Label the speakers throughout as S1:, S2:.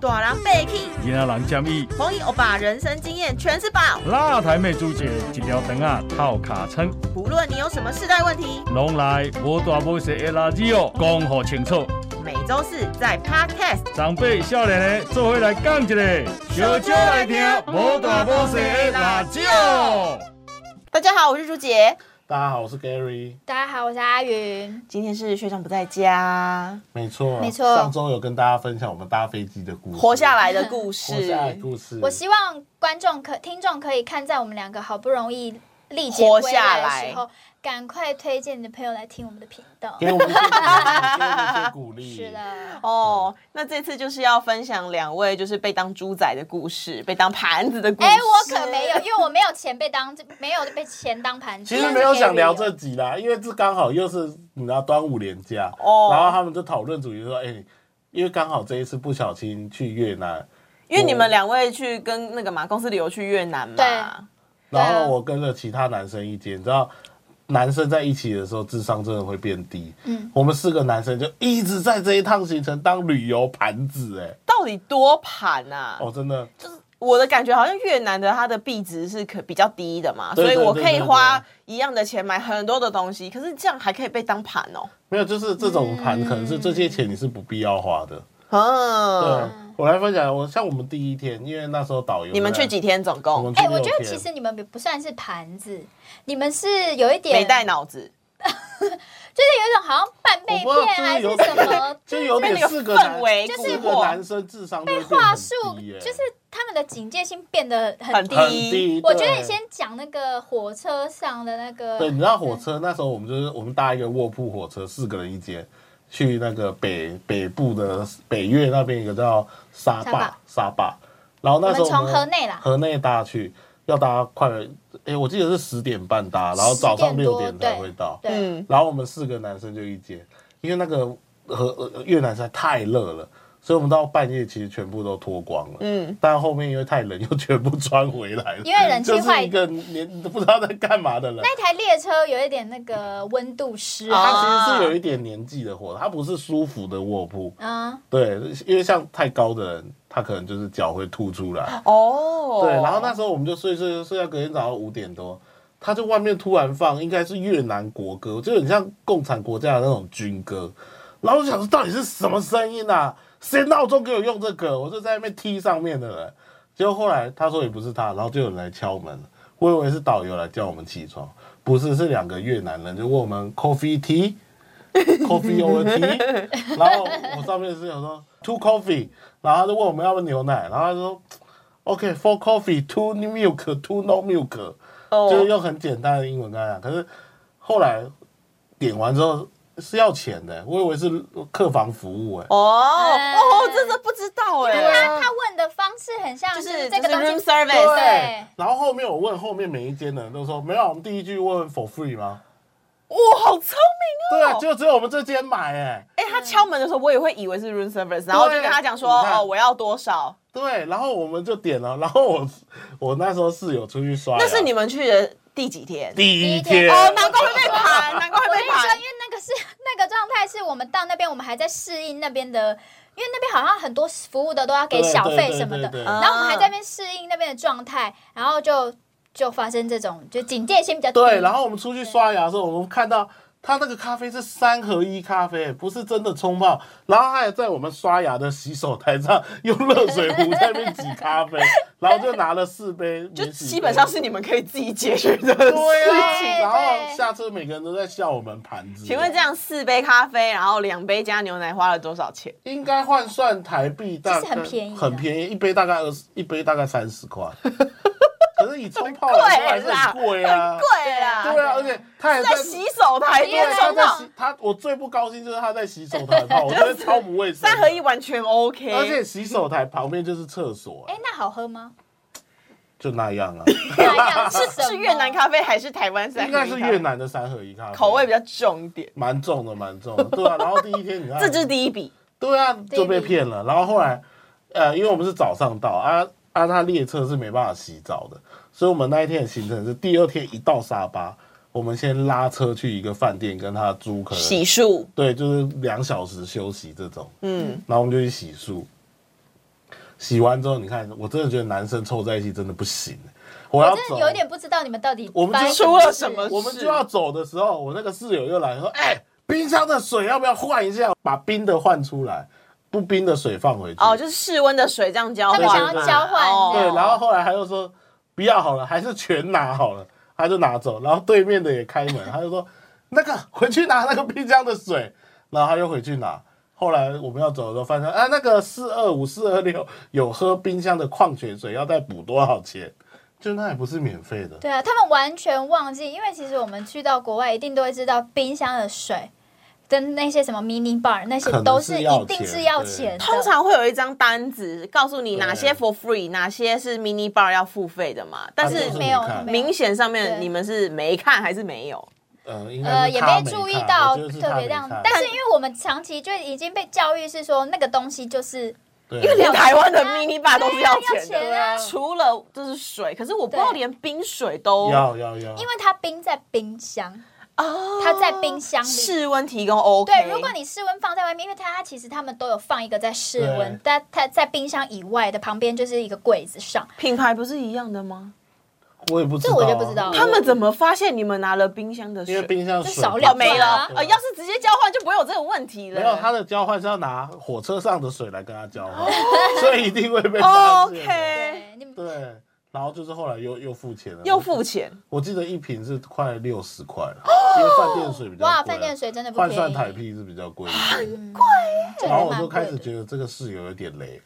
S1: 大人被气，
S2: 囡仔人建议，
S1: 黄奕欧巴人生经验全是宝。
S2: 辣台妹主姐一条肠啊套卡称，
S1: 不论你有什么世代问题，
S2: 拢来无大无小的垃圾哦，讲好清楚。
S1: 每周四在 Podcast
S2: 长辈少年的做伙来讲一个，
S1: 小少来听无大无小的辣椒。大家好，我是朱杰，
S3: 大家好，我是 Gary。
S4: 大家好，我是阿云。
S1: 今天是学长不在家，
S3: 没错，
S4: 没错
S3: 上周有跟大家分享我们搭飞机的故事，
S1: 活下来的故事，
S3: 活下来的故事。
S4: 我希望观众可听众可以看在我们两个好不容易历劫
S1: 活
S4: 归
S1: 下
S4: 来的
S1: 来
S4: 时候，赶快推荐你的朋友来听我们的频道。
S3: 给我们一些鼓励，给我们一些鼓励。
S4: 是，的，
S1: 哦，那这次就是要分享两位就是被当猪仔的故事，被当盘子的故事。
S4: 哎、我可没有，因为我没有钱被当，没有被钱当盘子。
S3: 其实没有想聊这集啦，因为这刚好又是你知道端午连假，
S1: 哦
S3: 然后他们就讨论主题说，哎，因为刚好这一次不小心去越南，
S1: 因为你们两位去跟那个嘛公司旅游去越南嘛，
S4: 对啊
S3: 然后我跟了其他男生一起，你知道。男生在一起的时候，智商真的会变低。嗯，我们四个男生就一直在这一趟行程当旅游盘子、哎，
S1: 到底多盘啊？
S3: 哦，真的，
S1: 我的感觉好像越南的它的币值是可比较低的嘛，
S3: 对
S1: 所以
S3: 对
S1: 我
S3: 对
S1: 可以
S3: 对
S1: 花
S3: 对
S1: 一样的钱买很多的东西，可是这样还可以被当盘哦。
S3: 没有，就是这种盘，可能是这些钱你是不必要花的。
S4: 哦
S3: 对
S1: 嗯，，
S3: 我来分享，我像我们第一天，因为那时候导游
S1: 你们
S3: 在
S1: 去几天总
S3: 我
S1: 共
S3: 们？
S4: 哎、
S3: 去
S4: 我
S3: 六
S4: 觉得
S3: 天
S4: 其实你们也不算是盘子，你们是有一点
S1: 没带脑子，
S4: 就是有一种好像半被
S3: 我不知道
S4: 骗还
S3: 就是有
S4: 什么，
S3: 就有点
S1: 那个
S3: 四个男
S1: 氛围
S4: 就是
S3: 四个
S1: 我
S3: 男生智商被
S4: 话术就是他们的警戒心变得
S1: 很
S4: 很低。
S3: 很低。
S4: 我觉得
S3: 对
S4: 你先讲那个火车上的那个，
S3: 对，你知道火车那时候我们就是我们搭一个卧铺火车，四个人一间。去那个北北部的北越那边一个叫沙
S4: 沙
S3: 坝
S4: 坝
S3: 沙坝，然后那时候
S4: 我们从
S3: 我们
S4: 河内啦
S3: 河内搭去要搭快，哎，我记得是十点半搭，然后早上
S4: 10
S3: 六
S4: 多
S3: 点才会
S4: 对
S3: 到。
S4: 对
S1: 嗯，
S3: 然后我们四个男生就一间，因为那个和呃越南实在太热了，所以我们到半夜其实全部都脱光了。
S1: 嗯，
S3: 但后面因为太冷，又全部穿回来了。
S4: 因为人气
S3: 就是
S4: 坏
S3: 一个年不知道在干嘛的人，
S4: 那台列车有一点那个温度湿
S1: 哦
S4: 啊，
S3: 他其实是有一点年纪的货，他不是舒服的卧铺。
S4: 嗯，
S3: 对，因为像太高的人，他可能就是脚会凸出来。
S1: 哦，
S3: 对，然后那时候我们就睡睡睡到隔天早上五点多，他就外面突然放，应该是越南国歌，就很像共产国家的那种军歌。然后我想说，到底是什么声音啊？谁闹钟给我用这个？我就在那边踢上面的人。结果后来他说也不是他，然后就有人来敲门了，我以为是导游来叫我们起床，不是，是两个越南人就问我们 coffee tea。coffee over tea，然后我上面是有说 two coffee，然后他就问我们要不要牛奶，然后他说 OK four coffee two milk two no milk，就是
S1: 哦，
S3: 用很简单的英文跟他讲。可是后来点完之后是要钱的，我以为是客房服务哎、
S1: 哦，
S4: 哎
S1: 哦，真的不知道哎，
S4: 他问的方式很像
S1: 就是是
S4: 这
S1: 就是
S4: 个东
S1: room
S4: 西
S1: service，
S4: 对
S3: 然后后面我问后面每一间的人都说没有，我们第一句问 for free 吗？
S1: 哇，好聪
S3: 对
S1: 明
S3: 啊，
S1: 哦！
S3: 就只有我们这间买哎、
S1: 哎，他敲门的时候，我也会以为是 room service，然后就跟他讲说，
S3: 你看
S1: 哦，我要多少？
S3: 对，然后我们就点了，然后我 我那时候室友出去刷牙，
S1: 那是你们去的第几天？
S3: 哎第一
S4: 第一天
S3: 天
S1: 哦，难怪会被盘，难怪
S4: 我
S1: 会
S4: 跟
S1: 被
S4: 你说，
S1: 盘
S4: 因。为那个是 那个状态，是我们到那边，我们还在适应那边的，因为那边好像很多服务的都要给
S3: 对
S4: 小
S3: 对
S4: 费
S3: 对
S4: 什么
S3: 对
S4: 的
S3: 对，
S1: 嗯
S4: 然后我们还在那边适应那边的状态，然后就就发生这种就警戒心比较低。
S3: 对，然后我们出去刷牙的时候，我们看到他那个咖啡是三合一咖啡，不是真的冲泡。然后他也在我们刷牙的洗手台上用热水壶在那边挤咖啡， 然后就拿了四杯免洗
S1: 就
S3: 杯，
S1: 基本上是你们可以自己解决的
S3: 对啊
S1: 事情。
S4: 对
S3: 然后
S4: 对
S3: 下车每个人都在笑我们盘子。
S1: 请问这样四杯咖啡，然后两杯加牛奶花了多少钱？
S3: 应该换算台币大概
S4: 其实很便宜的
S3: 很便宜，一杯大概二十，一杯大概三十块。可是以冲泡来说还是很贵啊，
S1: 贵啦，
S3: 对啊，而且他还
S1: 在洗手台
S3: 因为
S1: 边
S3: 啊他
S1: 冲
S4: 啊
S3: 在
S1: 泡
S3: 洗，他我最不高兴就是他在洗手台泡，我觉得超不卫生。
S1: 三合一，完全 OK。
S3: 而且洗手台旁边就是厕所、啊
S4: 哎，那好 喝吗？
S3: 就那样啊，
S4: 哪样
S1: 是
S4: 什么
S1: 是越南咖啡还是台湾 三合
S3: 应
S1: 一咖啡？
S3: 该是越南的三合一咖啡，
S1: 口味比较重一点，
S3: 蛮重的，蛮重的，对啊。然后第一天你看，
S1: 这就是第一笔。
S3: 对啊，就被骗了。然后后来，呃，因为我们是早上到啊啊，他列车是没办法洗澡的，所以我们那一天的行程是第二天一到沙巴，我们先拉车去一个饭店跟他租可能
S1: 洗漱，
S3: 对，就是两小时休息这种。
S1: 嗯，
S3: 然后我们就去洗漱。洗完之后，你看，我真的觉得男生凑在一起真的不行。欸我要
S4: 真
S3: 走
S4: 的，有一点不知道你们到底
S3: 我们就
S4: 发生
S1: 出了什
S4: 事
S1: 么事？
S3: 我们就要走的时候，我那个室友又来说：“哎、冰箱的水要不要换一下？把冰的换出来，不冰的水放回去。”
S1: 哦，就是室温的水这样交换
S4: 他
S1: 嘛，
S4: 们想要交换
S1: 哦
S3: 对，然后后来他就说不要好了，还是全拿好了，他就拿走。然后对面的也开门，他就说那个回去拿那个冰箱的水，然后他又回去拿。后来我们要走的时候，发现啊，那个四二五、四二六有喝冰箱的矿泉水，要再补多少钱？就那也不是免费的。
S4: 对啊，他们完全忘记，因为其实我们去到国外，一定都会知道冰箱的水跟那些什么 mini bar 那些
S3: 可能
S4: 都
S3: 是要
S4: 一定
S3: 钱
S4: 是要
S3: 对
S4: 钱的。
S1: 通常会有一张单子告诉你哪些
S3: 对
S1: for free，哪些是 mini bar 要付费的嘛。但
S3: 啊
S1: 是
S3: 就是
S4: 没有
S3: 你看
S4: 没有
S1: 明显上面
S4: 对
S1: 你们是没看还是没有？
S3: 呃，应该
S4: 呃，
S3: 是
S4: 也
S3: 他
S4: 没
S3: 没
S4: 注意
S3: 看
S4: 到
S3: 我觉得是他
S4: 特别
S3: 没
S4: 这样，
S3: 看
S4: 但是因为我们长期就已经被教育是说那个东西就是
S3: 对
S1: 因为连台湾的 mini bar 都是啊要
S4: 要
S1: 钱的，
S4: 钱啊，
S1: 除了就是水，可是我不知道
S4: 对
S1: 连冰水都
S3: 要要要，
S4: 因为它冰在冰箱，
S1: 哦
S4: 它在冰箱里。
S1: 室温提供 OK。
S4: 对，如果你室温放在外面，因为它它其实他们都有放一个在室温
S3: 对，
S4: 但它在冰箱以外的旁边就是一个柜子上，
S1: 品牌不是一样的吗？
S3: 我也不知
S4: 这
S3: 道啊，
S4: 我就不知道了
S1: 他们怎么发现你们拿了冰箱的
S3: 因为
S1: 水？
S3: 冰箱
S4: 就
S3: 水
S4: 少
S3: 不
S4: 量
S1: 哦，没了
S4: 啊
S1: 啊！哦要是直接交换就不会有这个问题了。
S3: 没有，他的交换是要拿火车上的水来跟他交
S4: 哦
S3: 换， 所以一定会被发现的。
S1: OK，
S4: 对，你们
S3: 对，然后就是后来又又付钱了，
S1: 又付 钱。
S3: 我记得一瓶是快六十块了，因为饭店水比较贵啊。
S4: 哦哇，饭店水真的不
S3: 换
S4: 便宜，
S3: 算台币是比较贵一点，
S4: 这
S3: 然
S4: 还
S3: 后我
S4: 蛮
S3: 就开
S4: 贵
S3: 始
S4: 的
S3: 觉得这个室友有点 雷，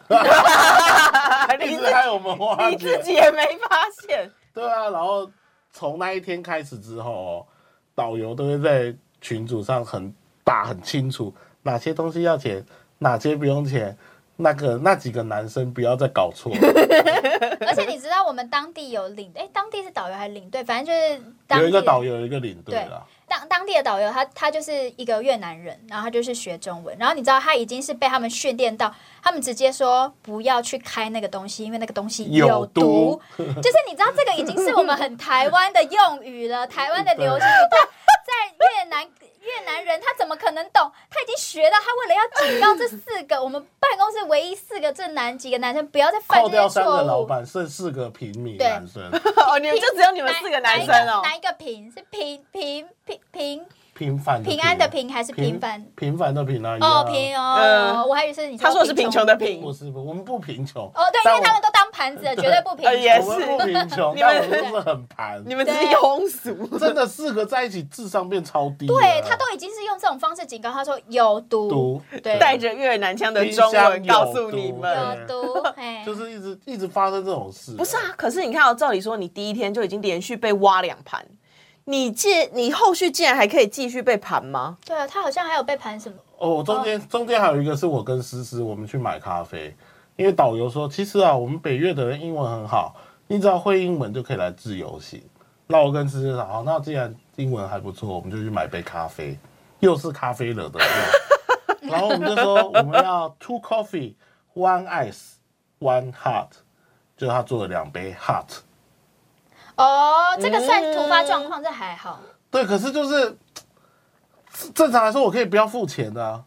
S3: 一
S1: 你
S3: 直害我们花
S1: 啊你自
S3: 钱。
S1: 己也没发 现，
S3: 对啊，然后从那一天开始之后哦，导游都会在群组上很打很清楚哪些东西要钱，哪些不用钱。那个那几个男生不要再搞错，
S4: 而且你知道我们当地有领，哎、当地是导游还是领队，反正就是当
S3: 有
S4: 地
S3: 一个
S4: 的
S3: 导游，有一个领队啊
S4: 对
S3: 啦。
S4: 当当地的导游他，他就是一个越南人，然后他就是学中文，然后你知道他已经是被他们训练到，他们直接说不要去开那个东西，因为那个东西
S3: 有
S4: 毒
S3: 毒，
S4: 就是你知道这个已经是我们很台湾的用语了，台湾的流行语，但在越南。越南人他怎么可能懂？他已经学到，他为了要警告这四个，我们办公室唯一四个这男几个男生不要再犯
S3: 扣
S4: 这些
S3: 掉三
S4: 错
S3: 个
S4: 误。
S3: 老板，剩四个平民
S4: 对
S3: 男生，
S1: 哦，你们就只有你们四个
S4: 哪
S1: 男生哦
S4: 哪。一个哪一个平是平平平平
S3: 平凡的
S4: 平安的平还是平凡？
S3: 平凡的平啊，一样啊
S4: 哦，平哦，
S1: 嗯
S4: 我还以为是你。
S1: 他说的是贫穷的。贫
S3: 不，是不，我们不贫穷。
S4: 哦，对，
S3: 但
S4: 因为他们都当盘子了，绝对不平
S1: 呃也
S4: 穷。
S3: 我们不贫穷，
S1: 你
S3: 但
S1: 们
S3: 我们就是很盘。
S1: 你们只是庸俗。
S3: 真的四个在一起，智商变超低了。
S4: 对他都已经是用这种方式警告，他说有毒，
S3: 毒，
S4: 对
S1: 带着越南腔的中文告诉你们。
S4: 有 毒，哎，
S3: 就是一直一直发生这种事。
S1: 不是啊，可是你看哦，照理说你第一天就已经连续被挖两盘，你借你后续竟然还可以继续被盘吗？
S4: 对啊，他好像还有被盘什么？
S3: 哦，中间中间还有一个是我跟思思我们去买咖啡，因为导游说，其实啊，我们北越的人英文很好，你只要会英文就可以来自由行。那我跟思思说，好，那既然英文还不错，我们就去买杯咖啡，又是咖啡惹的祸。然后我们就说我们要 two coffee, one ice, one hot，就是他做了两杯 hot。
S4: 哦，这个算突发状
S1: 嗯
S4: 况，这还好。
S3: 对，可是就是正常来说，我可以不要付钱的、啊，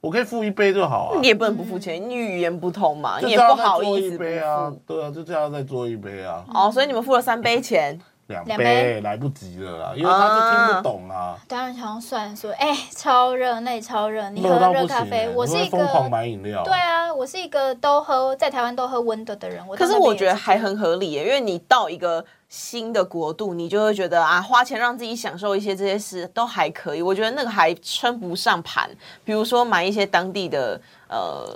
S3: 我可以付一杯就好啊。
S1: 你也不能不付钱，你语言不通嘛，
S3: 就
S1: 你也
S3: 这样
S1: 不
S3: 再
S1: 好
S3: 做
S1: 意
S3: 一
S1: 思不
S3: 杯啊
S1: 付。，
S3: 对啊，就这样再做一杯啊，
S1: 哦，所以你们付了三杯钱，
S3: 两
S4: 两杯
S3: 杯来不及了啦，因为他是听不懂啊，
S4: 当然想要算说，哎，超热，那里超热，你喝
S3: 热到
S4: 热
S3: 不
S4: 咖
S3: 行
S4: 啡，
S3: 欸，
S4: 我是
S3: 你
S4: 一
S3: 会疯狂
S4: 个。
S3: 买饮料，
S4: 对，啊，我是一个都喝在台湾都喝温的的人，我
S1: 可
S4: 到
S1: 是
S4: 那边
S1: 我觉
S4: 也
S1: 得还很合理耶，因为你到一个新的国度，你就会觉得啊，花钱让自己享受一些这些事都还可以。我觉得那个还称不上盘，比如说买一些当地的呃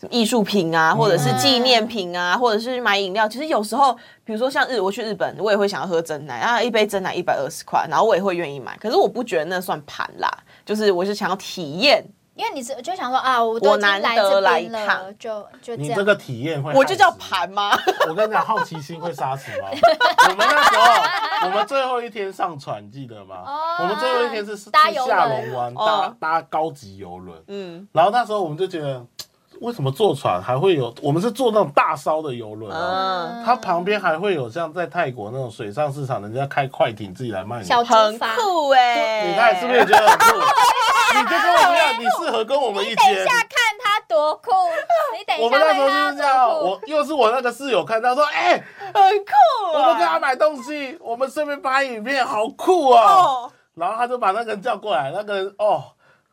S1: 什么艺术品啊，或者是纪念品啊，或者是买饮料。其实有时候，比如说像日，我去日本，我也会想要喝真奶啊，一杯真奶一百二十块，然后我也会愿意买。可是我不觉得那算盘啦，就是我是想要体验，
S4: 因为你是就想说啊，我都
S1: 我
S4: 已经
S1: 难
S4: 来
S1: 得
S4: 这
S1: 来
S4: 边
S1: 一
S4: 了，
S1: 趟
S4: 就就这
S3: 你
S4: 样。
S3: 这个体验会，
S1: 我就叫盘。吗？
S3: 我跟你讲，好奇心会杀死猫。 我们那时候，我们最后一天上船，记得吗？
S4: 哦
S3: 我们最后一天是是
S4: 搭游轮
S3: 下龙湾搭
S1: 哦
S3: 搭高级游轮，
S1: 嗯。
S3: 然后那时候我们就觉得，为什么坐船还会有？我们是坐那种大艘的游轮啊。
S1: 嗯
S3: 它旁边还会有像在泰国那种水上市场，人家开快艇自己来卖你。
S4: 小
S1: 很
S4: 猪筏，
S1: 酷哎、
S3: 你看是不是也觉得很酷？你就跟我一样，你适合跟我们一
S4: 等一
S3: 间
S4: 下。看他多酷！你等
S3: 我
S4: 一
S3: 们
S4: 下
S3: 那
S4: 会
S3: 时候
S4: 看
S3: 就是这
S4: 到
S3: 样，
S4: 多酷。
S3: 我又是我那个室友看到说，哎、
S1: 很酷
S3: 我
S1: 啊！
S3: 们跟他买东西，我们顺便拍影片，好酷啊！
S1: 哦，
S3: 然后他就把那个人叫过来，那个人哦，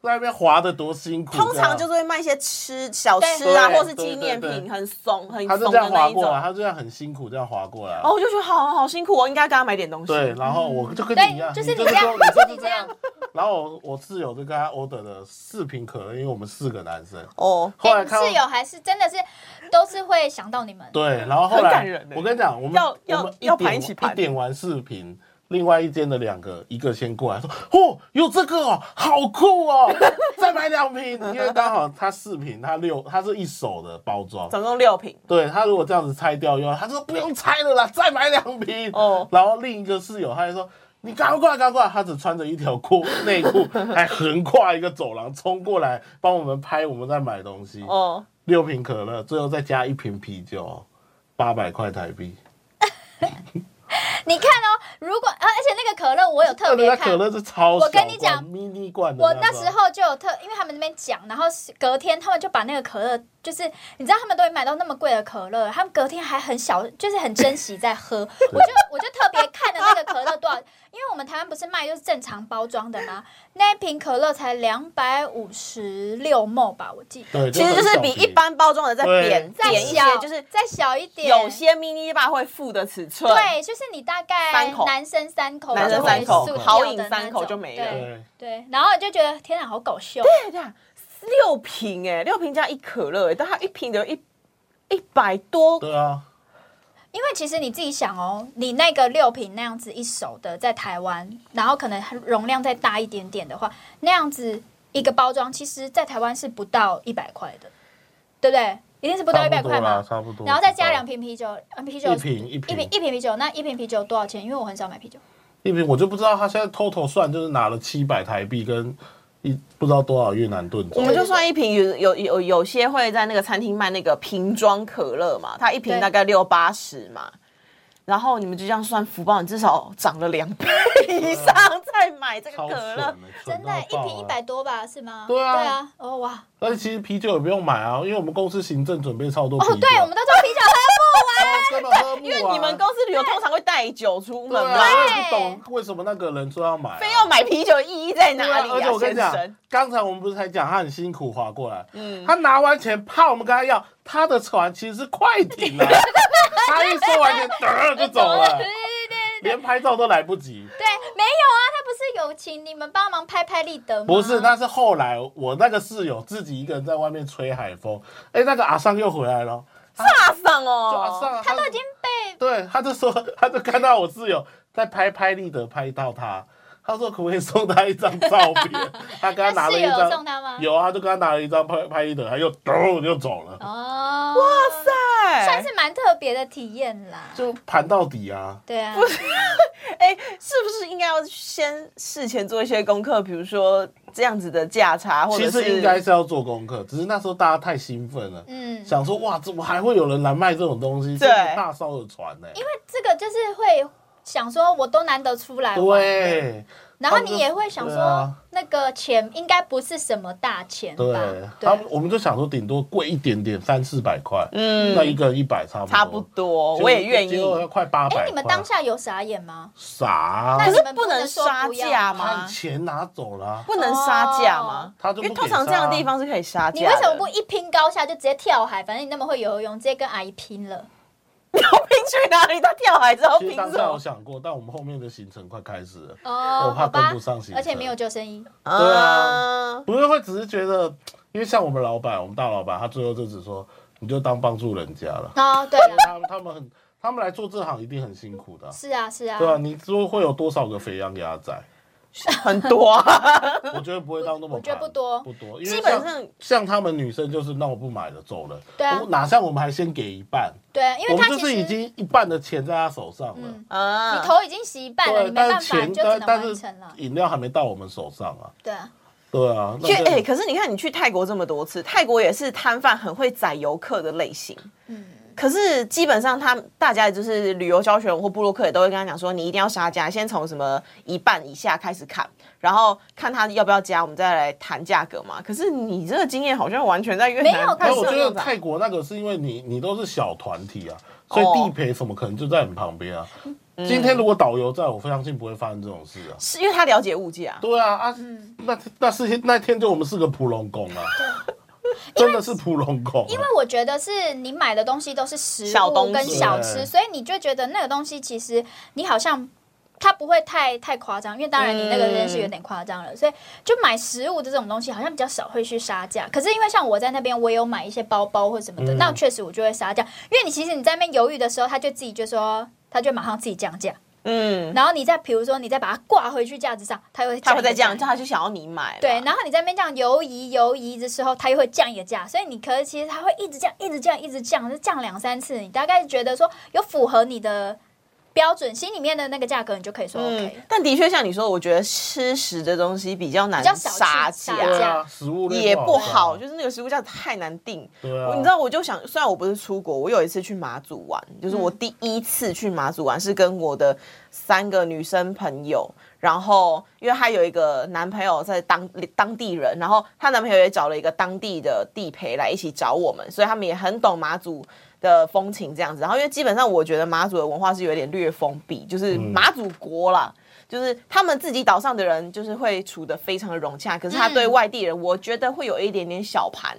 S3: 在那边滑的多辛苦，
S1: 通常就是是会卖一些吃小吃啊，
S3: 对
S1: 或是纪念
S3: 对对对
S1: 品，很怂很
S3: 他就
S1: 怂
S3: 这
S1: 的
S3: 样
S1: 那
S3: 滑
S1: 一
S3: 过来，
S1: 种。
S3: 他就这样很辛苦这样滑过来。
S1: 哦，，我就觉得好好辛苦哦，我应该跟他买点东西。
S3: 对，然后我就跟你一样，啊
S4: 对，就是
S3: 你
S4: 你这
S3: 跟
S4: 样
S3: 我，你
S4: 就是
S3: 就
S4: 你
S3: 这
S4: 这
S3: 样
S4: 样。。
S3: 然后我我室友就跟他 order 了四瓶可乐，因为我们四个男生。
S1: 哦，
S3: 后
S4: 哎
S3: 来
S4: 你
S3: 看到
S4: 室友还是真的是都是会想到你们。
S3: 对，然后后
S1: 很
S3: 来
S1: 感人欸
S3: 我跟你讲，我们
S1: 要
S3: 我
S1: 要
S3: 们
S1: 要
S3: 点
S1: 盘一起盘
S3: 一点完视频，另外一间的两个，一个先过来说：“哦，有这个哦，好酷哦， 再买两瓶。”因为刚好他四瓶，他六，他是一手的包装。
S1: 总共六瓶。
S3: 对他如果这样子拆掉用，他说不用拆了啦，再买两瓶。
S1: 哦
S3: 然后另一个室友他就说。你赶快，赶快！他只穿着一条裤内 裤，还横跨一个走廊冲过来帮我们拍我们在买东西。
S1: 哦，
S3: 六瓶可乐，最后再加一瓶啤酒，八百块台币。
S4: 你看哦，如果啊，而且那个可乐我有特别
S3: 那可
S4: 看，
S3: 乐是超小
S4: 我跟你讲
S3: 罐，mini 罐的
S4: 我
S3: 那
S4: 那
S3: 种
S4: 时候就有特，因为他们那边讲，然后隔天他们就把那个可乐，就是你知道他们都会买到那么贵的可乐，他们隔天还很小，就是很珍惜在 喝。我就我就特别看了那个可乐多少，因为我们台湾不是卖就是正常包装的吗？那一瓶可乐才两百五十六沫吧，我记得。
S3: 对，
S1: 其实
S3: 很
S1: 就是
S3: 小
S1: 比
S3: 瓶
S1: 一般包装的再
S3: 对
S1: 扁
S4: 再
S1: 扁一些，
S4: 小
S1: 就是
S4: 再小一点，
S1: 有些 mini bar 会附的尺寸。
S4: 对，就是你大概
S1: 三口
S4: 男生三口，
S1: 男
S3: 生三口
S1: 好饮三口就没了
S4: 对
S3: 对，
S4: 对，然后你就觉得天哪，好搞笑。
S1: 对对，六瓶哎，六瓶加一可乐哎，但它一瓶的一一百多，
S3: 对啊，
S4: 因为其实你自己想哦，你那个六瓶那样子一手的，在台湾，然后可能容量再大一点点的话，那样子一个包装，其实在台湾是不到一百块的，对不对？一定是不到一百块嘛。
S3: 差不多。
S4: 然后再加两，瓶啤酒，呃，啤酒
S3: 一瓶一
S4: 一瓶
S3: 瓶
S4: 一瓶啤酒，那一瓶啤酒多少钱？因为我很少买啤酒，
S3: 一瓶，我就不知道他现在偷偷算就是拿了七百台币跟一不知道多少越南盾
S1: 我
S3: 走。
S1: 们就算一瓶有有有有些会在那个餐厅卖那个瓶装可乐嘛，它一瓶
S4: 对
S1: 大概六八十嘛，然后你们就这样算福报，你至少涨了两倍以上再买这个
S3: 超
S1: 可
S3: 蠢
S1: 乐
S3: 的，，蠢
S4: 真的
S3: 到
S4: 一
S3: 爆
S4: 瓶一
S3: 啊
S4: 百。多吧，是吗？
S3: 对啊
S4: 对啊，哦哇，
S3: 但是其实啤酒也不用买啊，因为我们公司行政准备超多啤酒。
S4: 哦，对，我们都做啤
S3: 根本喝
S4: 酒喝
S3: 不完。
S1: 因为你们公司旅游通常会带酒出
S3: 对
S1: 门
S3: 啊，
S1: 嘛，
S3: 我也不懂为什么那个人说要买啊，
S1: 非要买啤酒意义在
S3: 对
S1: 哪
S3: 啊
S1: 里
S3: 而且
S1: 啊，
S3: 我跟
S1: 先
S3: 你讲
S1: 生？，
S3: 刚才我们不是才讲他很辛苦划过来，他拿完钱怕我们跟他要，他的船其实是快艇啊，他一收完钱，嘚就
S4: 不完，
S3: 走了
S4: 对，对对对
S3: 连拍照都来不及。
S4: 对，没有啊，他不是有请你们帮忙拍拍立得吗？
S3: 不是，那是后来我那个室友自己一个人在外面吹海风，哎，那个阿尚又回来了，
S1: 大上
S3: 就阿
S1: 哦，
S3: 尚，
S4: 他都已经被
S3: 对，他就说， 他就看到我室友在拍拍立得拍到他，他说可不可以送他一张照片？ 他跟他拿了一
S4: 那室友
S3: 张，
S4: 送他吗？
S3: 有啊，就跟他拿了一张拍拍立得，他又咚就走了，
S4: 哦，哇
S1: 对
S4: 塞，算是蛮特别的体验啦。
S3: 就盘到底啊。
S4: 对啊，
S1: 哎、是不是应该要先事前做一些功课？比如说这样子的价差，或者
S3: 其
S1: 是
S3: 实应该是要做功课，只是那时候大家太兴奋了，
S4: 嗯，
S3: 想说哇，怎么还会有人来卖这种东西？
S1: 对
S3: 这是大烧的船呢、
S4: 这个就是会想说，我都难得出来玩的，
S3: 对
S4: 然后你也会想
S3: 对
S4: 说
S3: 啊，
S4: 那个钱应该不是什么大钱
S3: 对
S4: 吧，？
S3: 他
S4: 对
S3: 们。我们就想说顶多贵一点点，三四百块，那一
S1: 嗯，
S3: 个人一百差不多，
S1: 差不多，
S3: 结果
S1: 我也愿意
S3: 结。果要快八百。
S4: 哎，你们当下有傻眼吗？
S3: 傻
S4: 那
S3: 啊
S1: 可，
S4: 你
S1: 是
S4: 们
S1: 不
S4: 不
S1: 能
S4: 能说
S1: 杀
S4: 不要
S1: 价
S3: 他
S1: 吗？
S3: 钱拿走了啊，
S1: 不能杀价吗？
S3: 他就
S1: 因
S3: 不
S1: 为通
S3: 给杀啊
S1: 常这样的地方是可以杀价。
S4: 你为什么不？一拼高下就直接跳海？反正你那么会游泳，直接跟阿姨拼了。
S1: 你要拼去哪里？他跳海之后
S3: 其
S1: 拼
S3: 实当
S1: 什
S3: 下有
S1: 么？
S3: 想过，但我们后面的行程快开始了，
S4: 哦
S3: 我怕
S4: 好吧
S3: 跟不上行程
S4: 而且没有救生衣。
S3: 对
S1: 啊
S3: 啊，不是会只是觉得，因为像我们老板，我们大老板，他最后就只说，你就当帮助人家了。
S4: 哦，对了，
S3: 他们他们很，他们来做这行一定很辛苦的啊、
S4: 是啊，是啊，
S3: 对啊，你说会有多少个肥羊给他宰？
S1: 很多啊，
S3: 我觉得不会到那么
S4: 我觉得
S3: 盘
S4: 不多
S3: 不多，因为
S1: 基本
S3: 像
S1: 上
S3: 像他们女生就是那我不买了走人，
S4: 对啊
S3: 我哪像我们还先给一半，
S4: 对，啊因为
S3: 我们
S4: 他
S3: 就
S4: 其实
S3: 是已经一半的钱在他手上了，
S4: 嗯
S1: 啊，
S4: 你头已经洗一半了，
S3: 对啊
S4: 你，没
S3: 但
S4: 办
S3: 是
S4: 法，
S3: 钱
S4: 你就只
S3: 但
S4: 能
S3: 但
S4: 完
S3: 是
S4: 成了。
S3: 饮料还没到我们手上啊，
S4: 对啊，
S3: 对啊，那
S1: 去
S3: 就
S1: 哎、可是你看，你去泰国这么多次，泰国也是摊贩很会宰游客的类型。
S4: 嗯，
S1: 可是基本上他大家就是旅游教学或布洛克也都会跟他讲说，你一定要杀价，先从什么一半以下开始砍，然后看他要不要加，我们再来谈价格嘛。可是你这个经验好像完全在越南
S4: 没有
S1: 派
S3: 但
S1: 上
S3: 我觉得
S1: 用场
S3: 泰国那个是因为你你都是小团体啊，
S1: 哦
S3: 所以地陪什么可能就在你旁边啊。
S1: 嗯
S3: 今天如果导游在，我非常信不会发生这种事啊。
S1: 是因为他了解物价、啊。
S3: 对啊啊，
S4: 嗯
S3: 那那事情那天就我们是个普龙宫啊，真的是普龙宫啊。
S4: 因为我觉得是你买的东西都是食
S1: 小东
S4: 物
S1: 西
S4: 跟小吃，
S3: 对
S4: 所以你就觉得那个东西其实你好像它不会太太夸张，因为当然你那个真是有点夸张
S3: 嗯
S4: 了，所以就买食物的这种东西好像比较少会去杀价。可是因为像我在那边，我有买一些包包或什么的，
S3: 嗯
S4: 那确实我就会杀价，因为你其实你在那边犹豫的时候，他就自己就说。他就马上自己降价，
S1: 嗯，
S4: 然后你再比如说你再把它挂回去架子上，他又会
S1: 他会
S4: 再
S1: 再这样，他就想要你买。
S4: 对，，然后你在那边这样游移游移的时候，它又会降一个价，所以你可以其实它会一直降，一直降，一直降，就降两三次，你大概觉得说有符合你的标准，心里面的那个价格，你就可以说 OK
S1: 嗯
S4: 了。，
S1: 但的确像你说，我觉得吃食这东西比较难
S4: 比较少去
S1: 杀
S4: 杀
S1: 价。
S3: 对啊，食物类
S1: 也不好，
S3: 啊
S1: 就是那个食物价太难定。
S3: 对啊
S1: 我你知道，我就想，虽然我不是出国，我有一次去马祖玩，就是我第一次去马祖玩是跟我的三个女生朋友，然后因为她有一个男朋友在当当地人，然后她男朋友也找了一个当地的地陪来一起找我们，所以他们也很懂马祖。的风情这样子，然后因为基本上我觉得马祖的文化是有点略封闭，就是马祖国啦，就是他们自己岛上的人就是会处得非常的融洽，可是他对外地人，我觉得会有一点点小盘。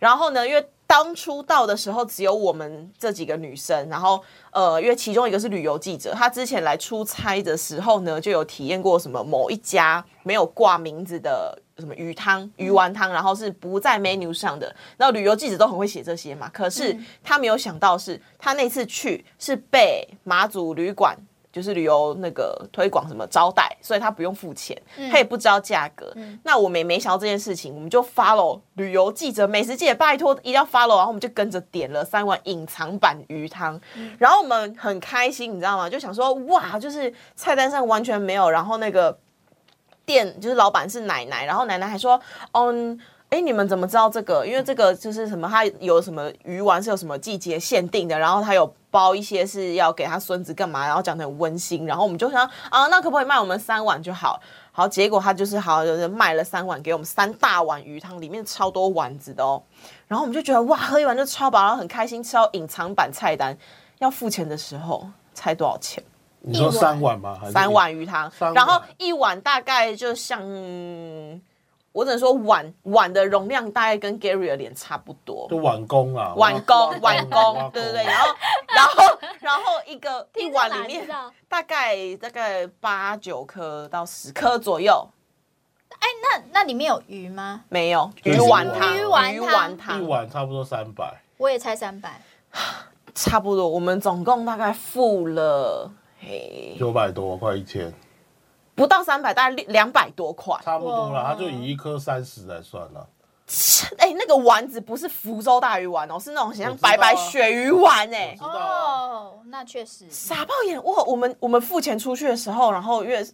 S1: 然后呢，因为当初到的时候只有我们这几个女生，然后呃，因为其中一个是旅游记者，她之前来出差的时候呢，就有体验过什么某一家没有挂名字的什么鱼汤、鱼丸汤，然后是不在 menu 上的。然后旅游记者都很会写这些嘛，可是她没有想到是她那次去是被马祖旅馆。就是旅游那个推广什么招待，所以她不用付钱，她也不知道价格。那我们也没想到这件事情，我们就 follow 旅游记者、美食记者，拜托一定要 follow，然后我们就跟着点了三碗隐藏版鱼汤，然后我们很开心，你知道吗？就想说哇，就是菜单上完全没有，然后那个店就是老板是奶奶，然后奶奶还说，嗯。哎，你们怎么知道这个？因为这个就是什么，它有什么鱼丸是有什么季节限定的，然后它有包一些是要给他孙子干嘛，然后讲的很温馨，然后我们就想啊，那可不可以卖我们三碗就好？好，结果他就是好，就是卖了三碗给我们三大碗鱼汤，里面超多丸子的哦。然后我们就觉得哇，喝一碗就超饱，然后很开心吃到隐藏版菜单，要付钱的时候猜多少钱？
S3: 你说三碗吗？还是
S1: 三碗鱼汤
S3: 三，碗
S1: 然后一碗大概就像，我只能说碗碗的容量大概跟 Gary 的脸差不多
S3: 就，碗工啊，
S1: 碗工碗工，对对对，然后然后然后一个一
S4: 听
S1: 碗
S4: 众哪
S1: 里面
S4: 知道
S1: 大概大概八九颗到十颗左右，
S4: 那那里面有鱼吗？
S1: 没有
S3: 就是
S1: 鱼丸汤，
S4: 鱼丸汤
S3: 一碗差不多三百，
S4: 我也猜三百，
S1: 差不多，我们总共大概付了。嘿，
S3: 九百多，快一千，
S1: 不到三百，大概两百多块。
S3: 差不多了。
S4: 哇
S3: 它就以一颗三十来算了。
S1: 哎、那个丸子不是福州大鱼丸哦，是那种像
S4: 啊
S1: 白白鳕鱼丸哎、
S3: 知道啊
S4: 哦，那确实，
S1: 傻爆眼！哇，我们我们付钱出去的时候，然后因为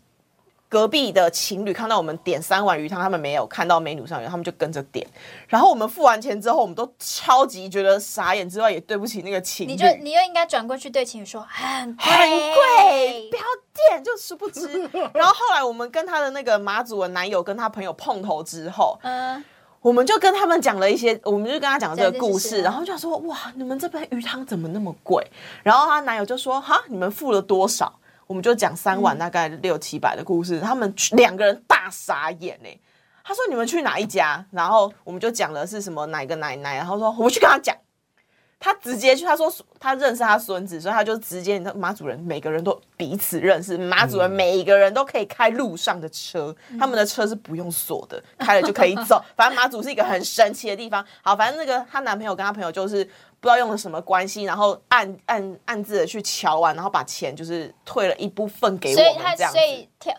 S1: 隔壁的情侣看到我们点三碗鱼汤，他们没有看到 menu 上有，他们就跟着点。然后我们付完钱之后，我们都超级觉得傻眼，之外也对不起那个情侣，
S4: 你就你就应该转过去对情侣说很贵
S1: 很贵，不要点，就殊不知。然后后来我们跟她的那个马祖的男友跟她朋友碰头之后，
S4: 嗯，
S1: 我们就跟他们讲了一些，我们就跟他讲这个故
S4: 讲这些
S1: 事，啊
S4: 事
S1: 然后就想说，哇，你们这边鱼汤怎么那么贵？然后她男友就说，哈，你们付了多少？我们就讲三碗大概六七百的故事，他们去两个人大傻眼哎、他说你们去哪一家？然后我们就讲了是什么哪个奶奶，然后说我去跟他讲。他直接去，他说他认识他孙子，所以他就直接，你知道马主人每个人都彼此认识，马主人每一个人都可以开路上的车，
S4: 嗯
S1: 他们的车是不用锁的，开了就可以 走。反正马祖是一个很神奇的地方。好，反正那个她男朋友跟她朋友就是不知道用了什么关系，然后暗啊暗暗自的去瞧完，然后把钱就是退了一部分给我
S4: 所以
S1: 们
S4: 他
S1: 这样子
S4: 所。以挑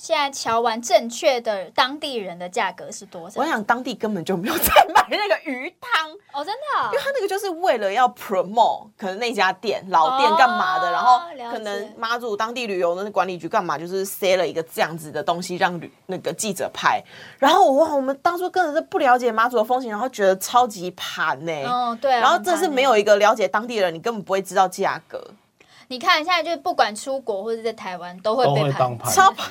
S4: 现在瞧完正确的当地人的价格是多少？
S1: 我想当地根本就没有在卖那个鱼汤，因
S4: 哦，真的哦
S1: 为他那个就是为了要 promote 可能那家店老店
S4: 哦
S1: 干嘛的，然后
S4: 了
S1: 可能
S4: 解
S1: 妈祖当地旅游的管理局干嘛，就是塞了一个这样子的东西让旅那个记者拍。然后我哇，我们当初根本是不了解妈祖的风情，然后觉得超级盘呢、
S4: 嗯，对啊。
S1: 然后
S4: 很
S1: 这是
S4: 烦
S1: 没
S4: 欸
S1: 有一个了解当地人，你根本不会知道价
S4: 哦
S1: 格，
S4: 你看，现在就是不管出国或者在台湾都会
S3: 都
S4: 被
S3: 会
S4: 盘
S3: 当，盘
S1: 超 盘。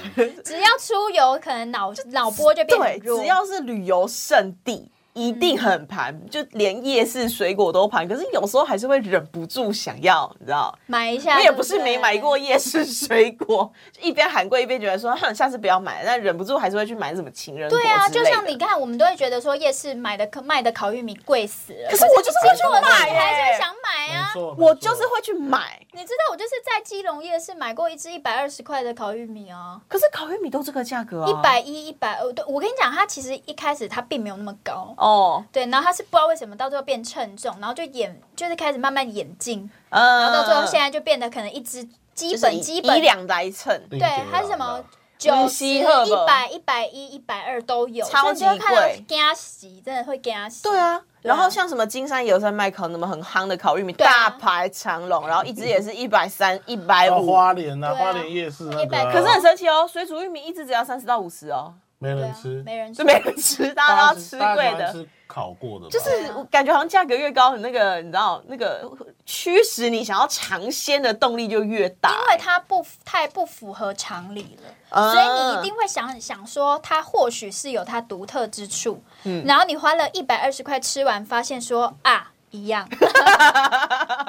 S4: 只要出游，可能脑脑波就变
S1: 对
S4: 很，弱。
S1: 只要是旅游胜地，一定很盘，
S4: 嗯
S1: 就连夜市水果都盘。可是有时候还是会忍不住想要，你知道？
S4: 买一下，
S1: 我也不
S4: 对
S1: 是
S4: 对
S1: 没买过。夜市水果， 就一边喊过一边觉得说，哼，下次不要买了，但忍不住还是会去买什么情人果
S4: 对啊，
S1: 之
S4: 就
S1: 类
S4: 像
S1: 的
S4: 你看，我们都会觉得说夜市买的卖的烤玉米贵死了，
S1: 可
S4: 可
S1: 是我就是会去
S4: 我
S1: 买
S4: 还是
S1: 耶
S4: 会想买啊。
S3: 错，
S1: 我就是会去买。
S4: 你知道我就是在基隆夜市买过一只一百二十块的烤玉米啊，
S1: 可是烤玉米都这个价格啊，
S4: 一百一、一百二。对，我跟你讲，它其实一开始它并没有那么高，
S1: 哦，
S4: 对，然后它是不知道为什么到最后变称重，然后就演就是开始慢慢演进，
S1: 嗯，
S4: 然后到最后现在就变得可能一只基
S1: 就是
S4: 本
S1: 以
S4: 基
S1: 以
S4: 本
S1: 两来称，
S3: 对
S4: 对，还有什么
S1: 嗯
S4: 九十、
S1: 西鹤
S4: 一
S1: 吧
S4: 百、一百一、一百二都有，
S1: 超级
S4: 所以就看到
S1: 贵
S4: 惊喜，真的会惊喜。
S1: 对，啊，
S4: 对啊
S1: 然后像什么金山也有在卖烤那么很夯的烤玉米，
S4: 对啊
S1: 大排长龙，然后一只也是一百三、一百
S3: 到
S1: 哎五。
S3: 花莲啊，
S4: 对啊
S3: 花莲夜市那个啊，
S4: 100
S1: 可是很神奇哦，水煮玉米一只只要三十到五十哦，
S3: 没
S4: 对
S3: 人
S4: 啊
S3: 吃，
S4: 没人吃，
S1: 就没人吃，大家
S3: 大
S1: 都要
S3: 家
S1: 吃
S3: 大家喜
S1: 贵
S3: 欢
S1: 的。
S3: 吃烤过的吧，
S1: 就是
S4: 对啊
S1: 我感觉好像价格越高，你那个你知道那个驱使你想要尝鲜的动力就越大，
S4: 因为它不太不符合常理了。
S1: 嗯
S4: 所以你一定会想想说，它或许是有它独特之处。
S1: 嗯
S4: 然后你花了一百二十块吃完，发现说啊一样，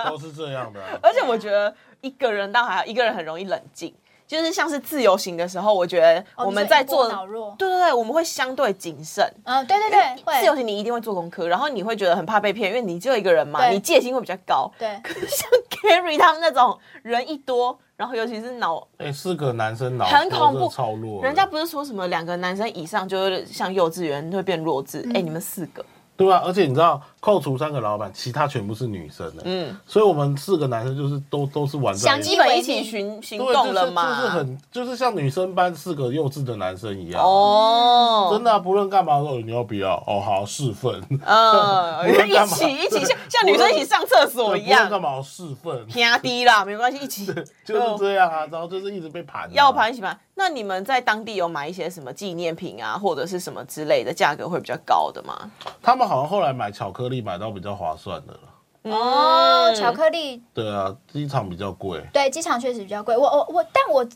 S3: 都是这样的 啊。
S1: 而且我觉得一个人倒还好，一个人很容易冷静。就是像是自由行的时候，我觉得
S4: 哦
S1: 我们
S4: 你说
S1: 在
S4: 一波
S1: 做，
S4: 脑弱
S1: 对对对，我们会相对谨慎。
S4: 嗯，对对 对，
S1: 自由
S4: 会，
S1: 行你一定会做功课，然后你会觉得很怕被骗，因为你只有一个人嘛，
S4: 对
S1: 你戒心会比较高。
S4: 对
S1: 可是 像 Carry 他们那种人一多，然后尤其是脑，
S3: 哎，四个男生脑
S1: 很恐怖
S3: 波真的超弱的，
S1: 人家不是说什么两个男生以上就是像幼稚园会变弱智？哎、
S4: 嗯
S1: 你们四个，
S3: 对啊，而且你知道，扣除三个老板，其他全部是女生的，
S1: 嗯，
S3: 所以我们四个男生就是都都是玩在
S4: 想
S1: 基
S4: 基
S1: 本
S4: 本
S1: 一
S4: 一
S1: 起
S4: 起
S1: 行行
S3: 对，
S1: 动了
S3: 就是就是
S1: 嘛？
S3: 很就是像女生班四个幼稚的男生一样。
S1: 哦，
S3: 真的啊、不论干嘛都有你要不要？哦，好，四份，
S1: 嗯，
S3: 无论
S1: 一
S3: 干嘛
S1: 起一起
S3: 对
S1: 像像女生一起上厕所
S3: 对
S1: 一
S3: 不论
S1: 样，啊
S3: 干嘛有四份，
S1: 偏低啦，没关系，一起
S3: 就是这样啊。然后就是一直被盘、啊，
S1: 要盘一起盘。那你们在当地有买一些什么纪念品啊，或者是什么之类的，价格会比较高的吗？
S3: 他们好像后来买巧克力买到比较划算的了。
S4: 哦，巧克力
S3: 对啊，机场比较贵，
S4: 对，机场确实比较贵。我我我，但我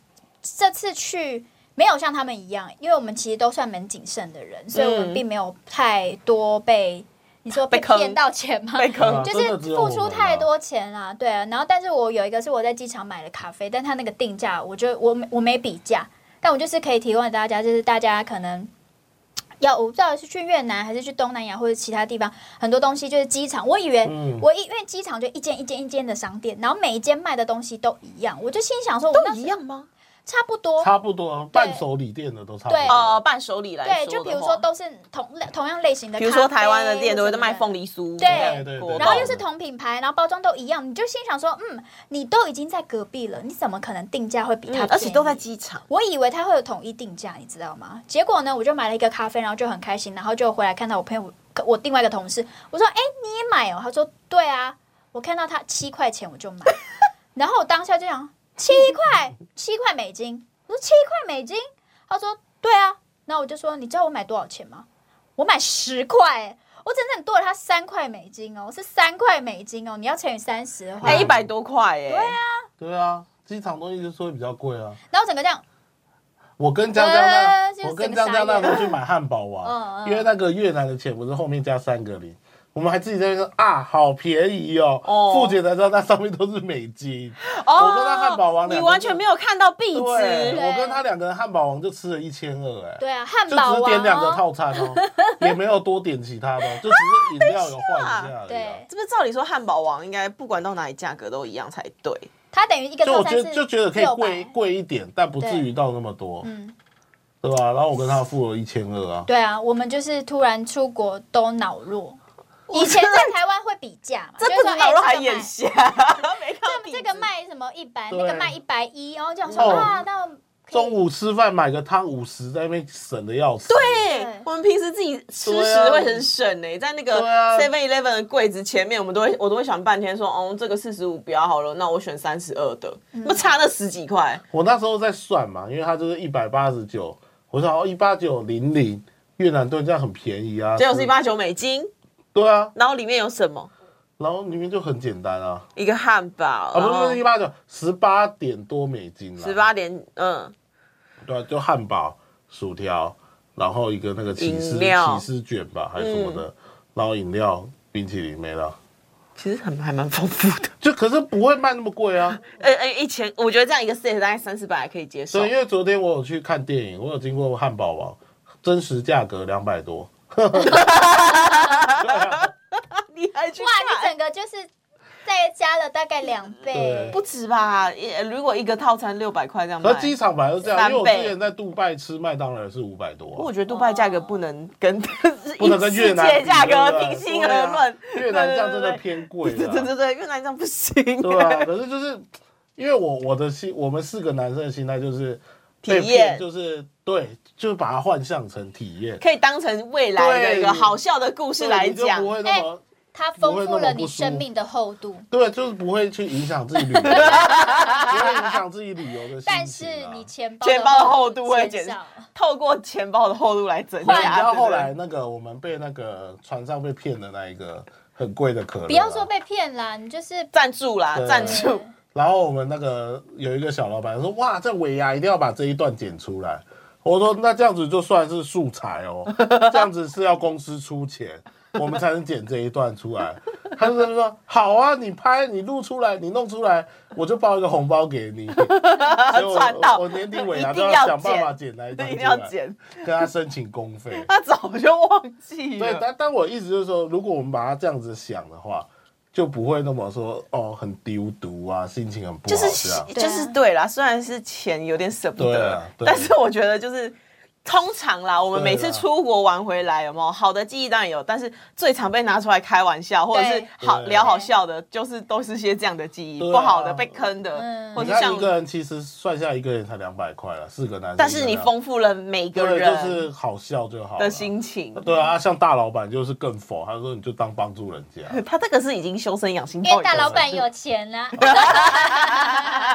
S4: 这次去没有像他们一样，因为我们其实都算蛮谨慎的人，所以我
S1: 嗯
S4: 们并没有太多被你说被
S1: 被坑
S4: 骗到钱吗？
S1: 被坑
S3: 啊
S4: 就
S3: 真
S4: 是
S3: 的只有我
S4: 付
S3: 们
S4: 出
S3: 啊
S4: 太多钱啦、对啊。然后，但是我有一个是我在机场买的咖啡，但它那个定价，我就我没我没比价，但我就是可以提供给大家，就是大家可能要我不知道是去越南还是去东南亚或者其他地方，很多东西就是机场。我以为、
S3: 嗯
S4: 我一因为机场就一间一间一间的商店，然后每一间卖的东西都一样，我就心想说，我
S1: 都
S4: 那
S1: 嗯一样吗？
S4: 差不多。
S3: 差不多啊伴手礼店的都差不
S4: 对
S3: 多。
S1: 哦，伴手礼来
S4: 对，
S1: 的
S4: 就比如
S1: 话
S4: 说，都是同类同样类型的咖
S1: 比
S4: 啡，
S1: 如说台湾的店都会在卖
S4: 什么的
S1: 凤梨酥，
S4: 对
S3: 对对
S1: 果冻
S4: 然后又是同品牌，然后包装都一样，你就心想说，嗯，你都已经在隔壁了，你怎么可能定价会比
S1: 嗯
S4: 它、
S1: 而且都在。机场。
S4: 我以为它会有统一定价，你知道吗？结果呢，我就买了一个咖啡，然后就很开心，然后就回来看到我朋友，我另外一个同事，我说：“哎、你也买哦？”他说：“对啊，我看到它七块钱我就买。” 然后我当下就想：“七块，七块美金。”我说：“七块美金。”他说：“对啊。”然后我就说：“你知道我买多少钱吗？我买十块、欸我整整多了他三块美金哦，是三块美金哦，你要乘以三十的话，
S1: 哎，一百多块哎，对啊，
S3: 对啊，机场东西就是会比较贵啊。
S4: 然后整个这样，
S3: 我跟江江那，
S4: 呃就是
S3: 我跟
S4: 整
S3: 江
S4: 个
S3: 江那
S4: 傻眼
S3: 时候去买汉堡
S4: 嗯
S3: 王，
S4: 嗯
S3: 因为那个越南的钱不是后面加三个零，我们还自己在那边说啊，好便宜哦。
S1: 哦
S3: 付钱才知道那上面都是美 金。我跟他汉堡王两个
S1: 哦你完全没有看到壁
S3: 对，
S1: 纸，
S3: 我跟他两个人汉堡王就吃了一千二，哎，
S4: 对啊，汉
S3: 就
S4: 堡
S3: 只是
S4: 王
S3: 点两个
S4: 哦，
S3: 套餐 哦，也没有多点其他的哦，就只是饮料有换一下而已啊。
S4: 对，
S1: 这不是照理说汉堡王应该不管到哪里价格都一样才对，
S4: 它等于一个
S3: 就我
S4: 套餐
S3: 觉
S4: 是
S3: 得就觉得可以
S4: 600
S3: 贵，贵一点，但不至于到那么多，
S4: 嗯，
S3: 对吧？然后我跟他付了一千二啊，
S4: 对啊，我们就是突然出国都脑弱，以前在台湾会比价 嘛，
S1: 这
S4: 就是
S1: 不
S4: 说
S1: 是脑肉
S4: 哎
S1: 还
S4: 这个卖
S1: 眼 瞎，没看到
S4: 这个
S1: 壁纸
S4: 卖什么一百，
S3: 对
S4: 那个卖一百一，然后这样说
S3: 哦
S4: 啊，那
S3: 中午吃饭买个汤五十，在那边省的要死。
S1: 对
S4: 对，
S1: 我们平时自己吃
S3: 对
S1: 食
S3: 啊
S1: 会很省呢、在那个
S3: 对啊
S1: Seven Eleven 的柜子前面，我们都会我都会想半天说，哦，这个四十五不要好了，那我选三十二的，
S4: 嗯
S1: 不差那十几块。
S3: 我那时候在算嘛，因为它就是一百八十九，我想哦一八九零零越南盾这样很便宜啊。
S1: 结果是
S3: 什
S1: 一
S3: 么
S1: 八九美金，
S3: 对啊，
S1: 然后里面有什么？
S3: 然后里面就很简单啊，
S1: 一个汉堡，
S3: 啊不是不是一八九，十八点多美金啦。
S1: 哦十八点嗯，
S3: 对啊，就汉堡、薯条，然后一个那个起司
S1: 饮料嗯
S3: 起司卷吧，还是什么的，然后饮料、冰淇淋没了。
S1: 其实很还蛮丰富 的。
S3: 就可是不会卖那么 贵啊，
S1: 呃呃，一千，我觉得这样一个 set 大概三四百还可以接受
S3: 对，。因为昨天我有去看电影，我有经过汉堡王，真实价格两 百多， 啊
S1: 你还去
S4: 哇，你整个就是再加了大概两倍
S3: 对，
S1: 不止吧？也如果一个套餐六百块这样卖
S3: 可，是机场本来就这样，
S1: 三
S3: 因为我
S1: 倍哦
S3: 之前在杜拜吃麦当劳也是五百多、
S1: 我
S3: 啊，
S1: 觉得杜拜价格不能跟
S3: 不能跟越南
S1: 世界
S3: 比
S1: 价格
S3: 对不对
S1: 平心而论。
S3: 越南这样真的
S1: 对
S3: 偏贵
S1: 对对
S3: 了，
S1: 对对，越南这样不行。
S3: 对啊。可是就是因为我我的心，我们四个男生的心态就是被
S1: 体验
S3: 骗就是对，就是把它幻象成体验，
S1: 可以当成未来的
S3: 对
S1: 一个好笑的故事来
S3: 对你就
S1: 讲哎
S3: 不。会那么。
S4: 它丰富了你生命的厚度。
S3: 对，就是不会去影响自己旅游，不啊 会影响自己旅游的心情啊、
S4: 但是你钱包
S1: 钱包的厚度会减
S4: 减少，
S1: 透过钱包的厚度来增
S3: 那你
S1: 加。
S3: 知道后
S1: 对
S3: 来那个我们被那个船上被骗的那一个很贵的可乐啊，
S4: 不要说被骗啦，你就是
S1: 赞助啦，
S3: 对
S1: 赞助。
S3: 然后我们那个有一个小老板说：“哇，这尾牙一定要把这一段剪出来。”我说：“那这样子就算是素 材哦，这样子是要公司出钱，我们才能剪这一段出来。”他就在那边说：“好啊，你拍，你录出来，你弄出来，我就包一个红包 给你。”所以我
S1: 赚到
S3: 我年底尾牙
S1: 一
S3: 都
S1: 定要
S3: 想办法剪那一
S1: 对，
S3: 段
S1: 一
S3: 出
S1: 定要
S3: 来，
S1: 剪。
S3: 跟他申请 公费。
S1: 他早就忘记
S3: 对，
S1: 了。
S3: 但但我意思就是说，如果我们把它这样子想的话，就不会那么说哦，很丢毒啊，心情很不
S1: 就
S3: 好这样。
S1: 是
S4: 对啊
S1: 就是对啦，虽然是钱有点舍不
S3: 对
S1: 得
S3: 啊，对
S1: 但是我觉得就是通常啦，我们
S3: 对啦
S1: 每次出国玩回来有没有好的记忆当然有，但是最常被拿出来开玩笑或者是
S4: 对
S1: 好
S3: 对
S1: 聊好笑的，就是都是些这样的记忆，
S3: 对啊
S1: 不好的被坑的
S4: 嗯，
S1: 或
S3: 你
S1: 者
S3: 看
S1: 像
S3: 一个人其实算下来一个人才两百块了，四个男生。
S1: 但是你
S3: 一个
S1: 丰富了每个
S3: 啊对，就
S1: 人
S3: 是好笑就好了啊
S1: 的。心情。
S3: 对啊，像大老板就是更否，他说你就当帮助人 家。啊
S1: 他这个是已经修身养性
S4: 因
S1: 到一个
S4: 为大
S1: 程度，
S4: 老板有钱啦、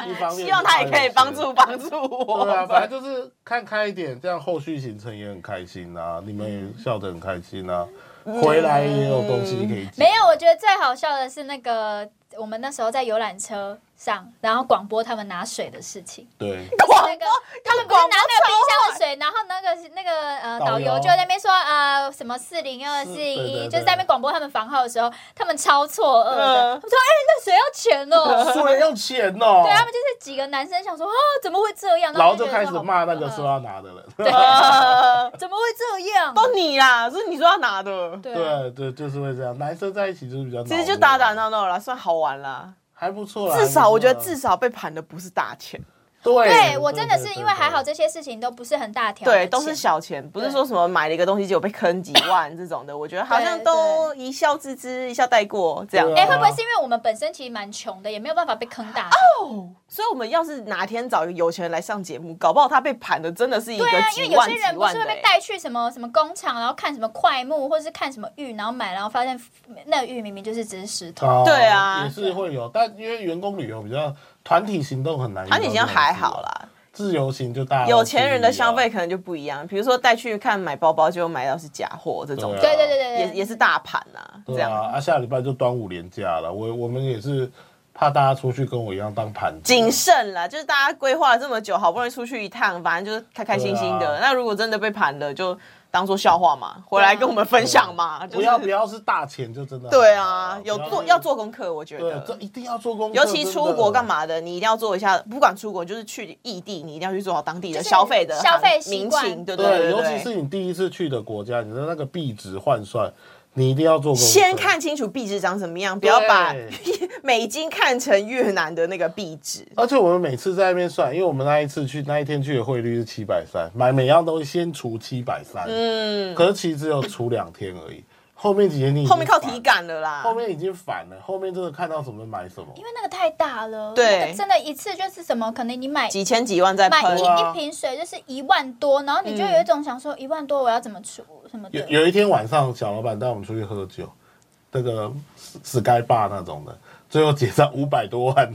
S3: 一方
S1: 哎
S3: 面
S1: 希望他也可以帮助帮助我
S3: 对啊，
S1: 们。
S3: 反正就是看开一点，这样后续行程也很开心啊，你们也笑得很开心啊，
S1: 嗯
S3: 回来也有东西可以。
S4: 没有，，我觉得最好笑的是那个我们那时候在游览车上，然后广播他们拿水的事情。
S3: 对，
S1: 广
S4: 那个
S1: 播，他们
S4: 不是
S1: 广
S4: 拿
S1: 播
S4: 那个冰箱的水，然后那个那个呃
S3: 导
S4: 导
S3: 游
S4: 游就在那边说呃什么四零二
S3: 是
S4: 四
S3: 对
S4: 零
S3: 对
S4: 一，
S3: 对
S4: 就是在那边广播他们房号的时候，他们超错愕
S3: 呃
S4: 的，
S1: 嗯
S4: 他们说哎、那水要钱 哦，
S3: 水要钱 哦。
S4: 对他们就是几个男生想说啊怎么会这样，
S3: 然后
S4: 就
S3: 就
S4: 觉
S3: 开
S4: 得
S3: 始
S4: 说好
S3: 骂那个
S4: 嗯
S3: 说要拿的人。
S1: 呃
S4: 怎么会这样，
S1: 都你啦，是你说要拿的，
S4: 对啊
S3: 对对，就是会这样，男生在一起就是比较恼怒。
S1: 其
S3: 啊
S1: 实就打打闹闹啦，算好玩啦。
S3: 还不错啦。
S1: 至少
S3: 还不错啊
S1: 我觉得
S3: 啦
S1: 至少被盘的不是大钱，
S3: 对
S4: 对我真的
S3: 对
S4: 是
S3: 对
S4: 因为还好
S3: 对
S4: 这些事情都不是很大条的
S1: 对，
S4: 钱，
S1: 都是小钱，不是
S4: 对
S1: 说什么买了一个东西就被坑几万这种的。我觉得好像
S4: 对
S1: 都一笑置之，一笑带过这样。
S3: 对啊
S4: 哎、会不会是因为我们本身其实蛮穷的，也没有办法被坑大？
S1: 所以我们要是哪天找一个有钱人来上节目，搞不好他被盘的真的是一个
S4: 对啊，因为
S1: 几
S4: 有
S1: 万
S4: 些
S1: 几
S4: 人不
S1: 万
S4: 是
S1: 的
S4: 会
S1: 欸、
S4: 被带去什么什么工厂，然后看什么快木，或是看什么玉，然后买，然后发现那个玉明明就是只是石头。
S3: 哦
S1: 对啊
S3: 也是会有，但因为员工旅游比较团体行动很难，
S1: 啊，你已经还好，啦。
S3: 自由行就大家
S1: 有钱人的
S3: 都不一样
S1: 消费可能就不一样，比如说带去看买包包，结果买到是假货这种的，
S3: 对
S4: 对
S3: 啊
S4: 对对对
S1: 也
S4: 对，
S1: 也是大盘呐、这
S3: 对
S1: 样。
S3: 啊，啊下礼拜就端午连假了，我我们也是怕大家出去跟我一样当盘子，啊
S1: 谨慎啦，就是大家规划了这么久，好不容易出去一趟，反正就是开开心心
S3: 对
S1: 的。
S3: 啊
S1: 那如果真的被盘了，就当做笑话嘛，回来跟我们分享嘛。就是
S3: 啊不要不要是大钱就真的
S1: 对啊，
S3: 不
S1: 有做
S3: 是
S1: 要做功课，我觉
S3: 对，这
S1: 得。
S3: 一定要做功课，
S1: 尤其出国干
S3: 嘛？
S1: 嘛的，你一定要做一下。不管出国，就是去异地，你一定要去做好当地的消费的
S4: 消费习
S1: 民
S4: 惯
S1: 情，对
S3: 对，
S1: 对
S3: 尤
S1: 对。
S3: 其是你第一次去的国家，你的那个币值换算，你一定要做功课。
S1: 先看清楚币值长什么样，不要把美金看成越南的那个币值。
S3: 而且我们每次在那边算，因为我们那一次去那一天去的汇率是七百三，买每样东西先除七百三，嗯，可是其实只有除两天而已。后面几天你已经
S1: 后面靠
S3: 烦
S1: 体，感了啦。
S3: 后面已经反了，后面真的看到什么买什么。
S4: 因为那个太大了，
S1: 对
S4: 那个真的一次就是什么，可能你买
S1: 几千几万嗯在
S4: 买
S1: 喷
S4: 一，
S3: 对啊
S4: 一瓶水就是一万多，然后你就有一种想说一万多我要怎么出什么
S3: 有
S4: 的，
S3: 有一天晚上，小老板带我们出去喝酒，那个 Sky Bar 那种的，最后结账五百多万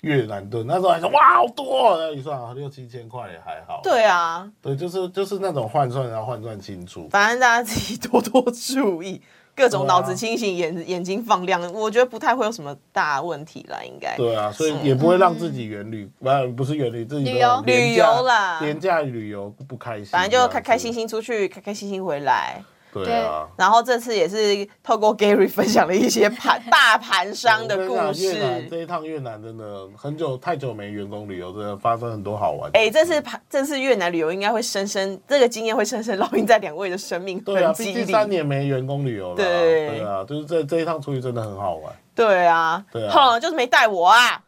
S3: 越南盾，那时候还说哇好多、哦，一算啊六七千块也还好。
S1: 对啊，
S3: 对，就是就是那种换算，然后换算清楚。
S1: 反正大家自己多多注意，各种
S3: 对啊
S1: 脑子清醒，眼眼睛放亮，我觉得不太会有什么大问题啦，应该。
S3: 啊对啊，所以也不会让自己远旅，不、不是远旅，自己
S4: 旅游
S1: 旅游啦
S3: 廉价旅游不开心，啊
S1: 反正就开开心
S3: 心。
S1: 心出
S3: 啊
S1: 去，开开心心回来。
S3: 对啊，
S1: 然后这次也是透过 Gary 分享了一些盘大盘商的
S3: 我
S1: 故
S3: 跟你讲越南这
S1: 事。
S3: 一趟越南真的很久太久没员工旅游，真的发生很多好玩的事。
S1: 哎，这次盘这次越南旅游应该会深深，这个经验会深深烙印在两位的生命
S3: 对啊，
S1: 痕
S3: 毕
S1: 迹
S3: 竟
S1: 里。
S3: 三年没员工旅游了啊。
S1: 对
S3: 对啊，就是这这一趟出去真的很好玩，
S1: 对啊，
S3: 对啊
S1: 哼，就是没带我啊，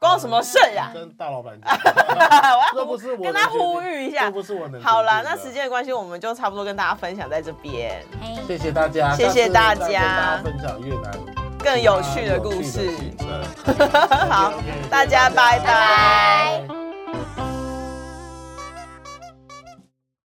S1: 关我什么事呀？
S3: 跟大老板讲。
S1: 我
S3: 这
S1: 要
S3: 不是我
S1: 跟
S3: 能
S1: 他
S3: 决定
S1: 呼吁一下
S3: 这。不是我能。
S1: 好啦，那时，间的关系，我们就差不多跟大家分享在这边
S4: 嘿
S3: 谢谢大家，
S1: 谢谢大家
S3: 下次再跟大家分享越南
S1: 啊更有趣的故
S3: 有
S1: 事
S3: 趣。的行程
S1: 好，大家拜拜
S4: 拜。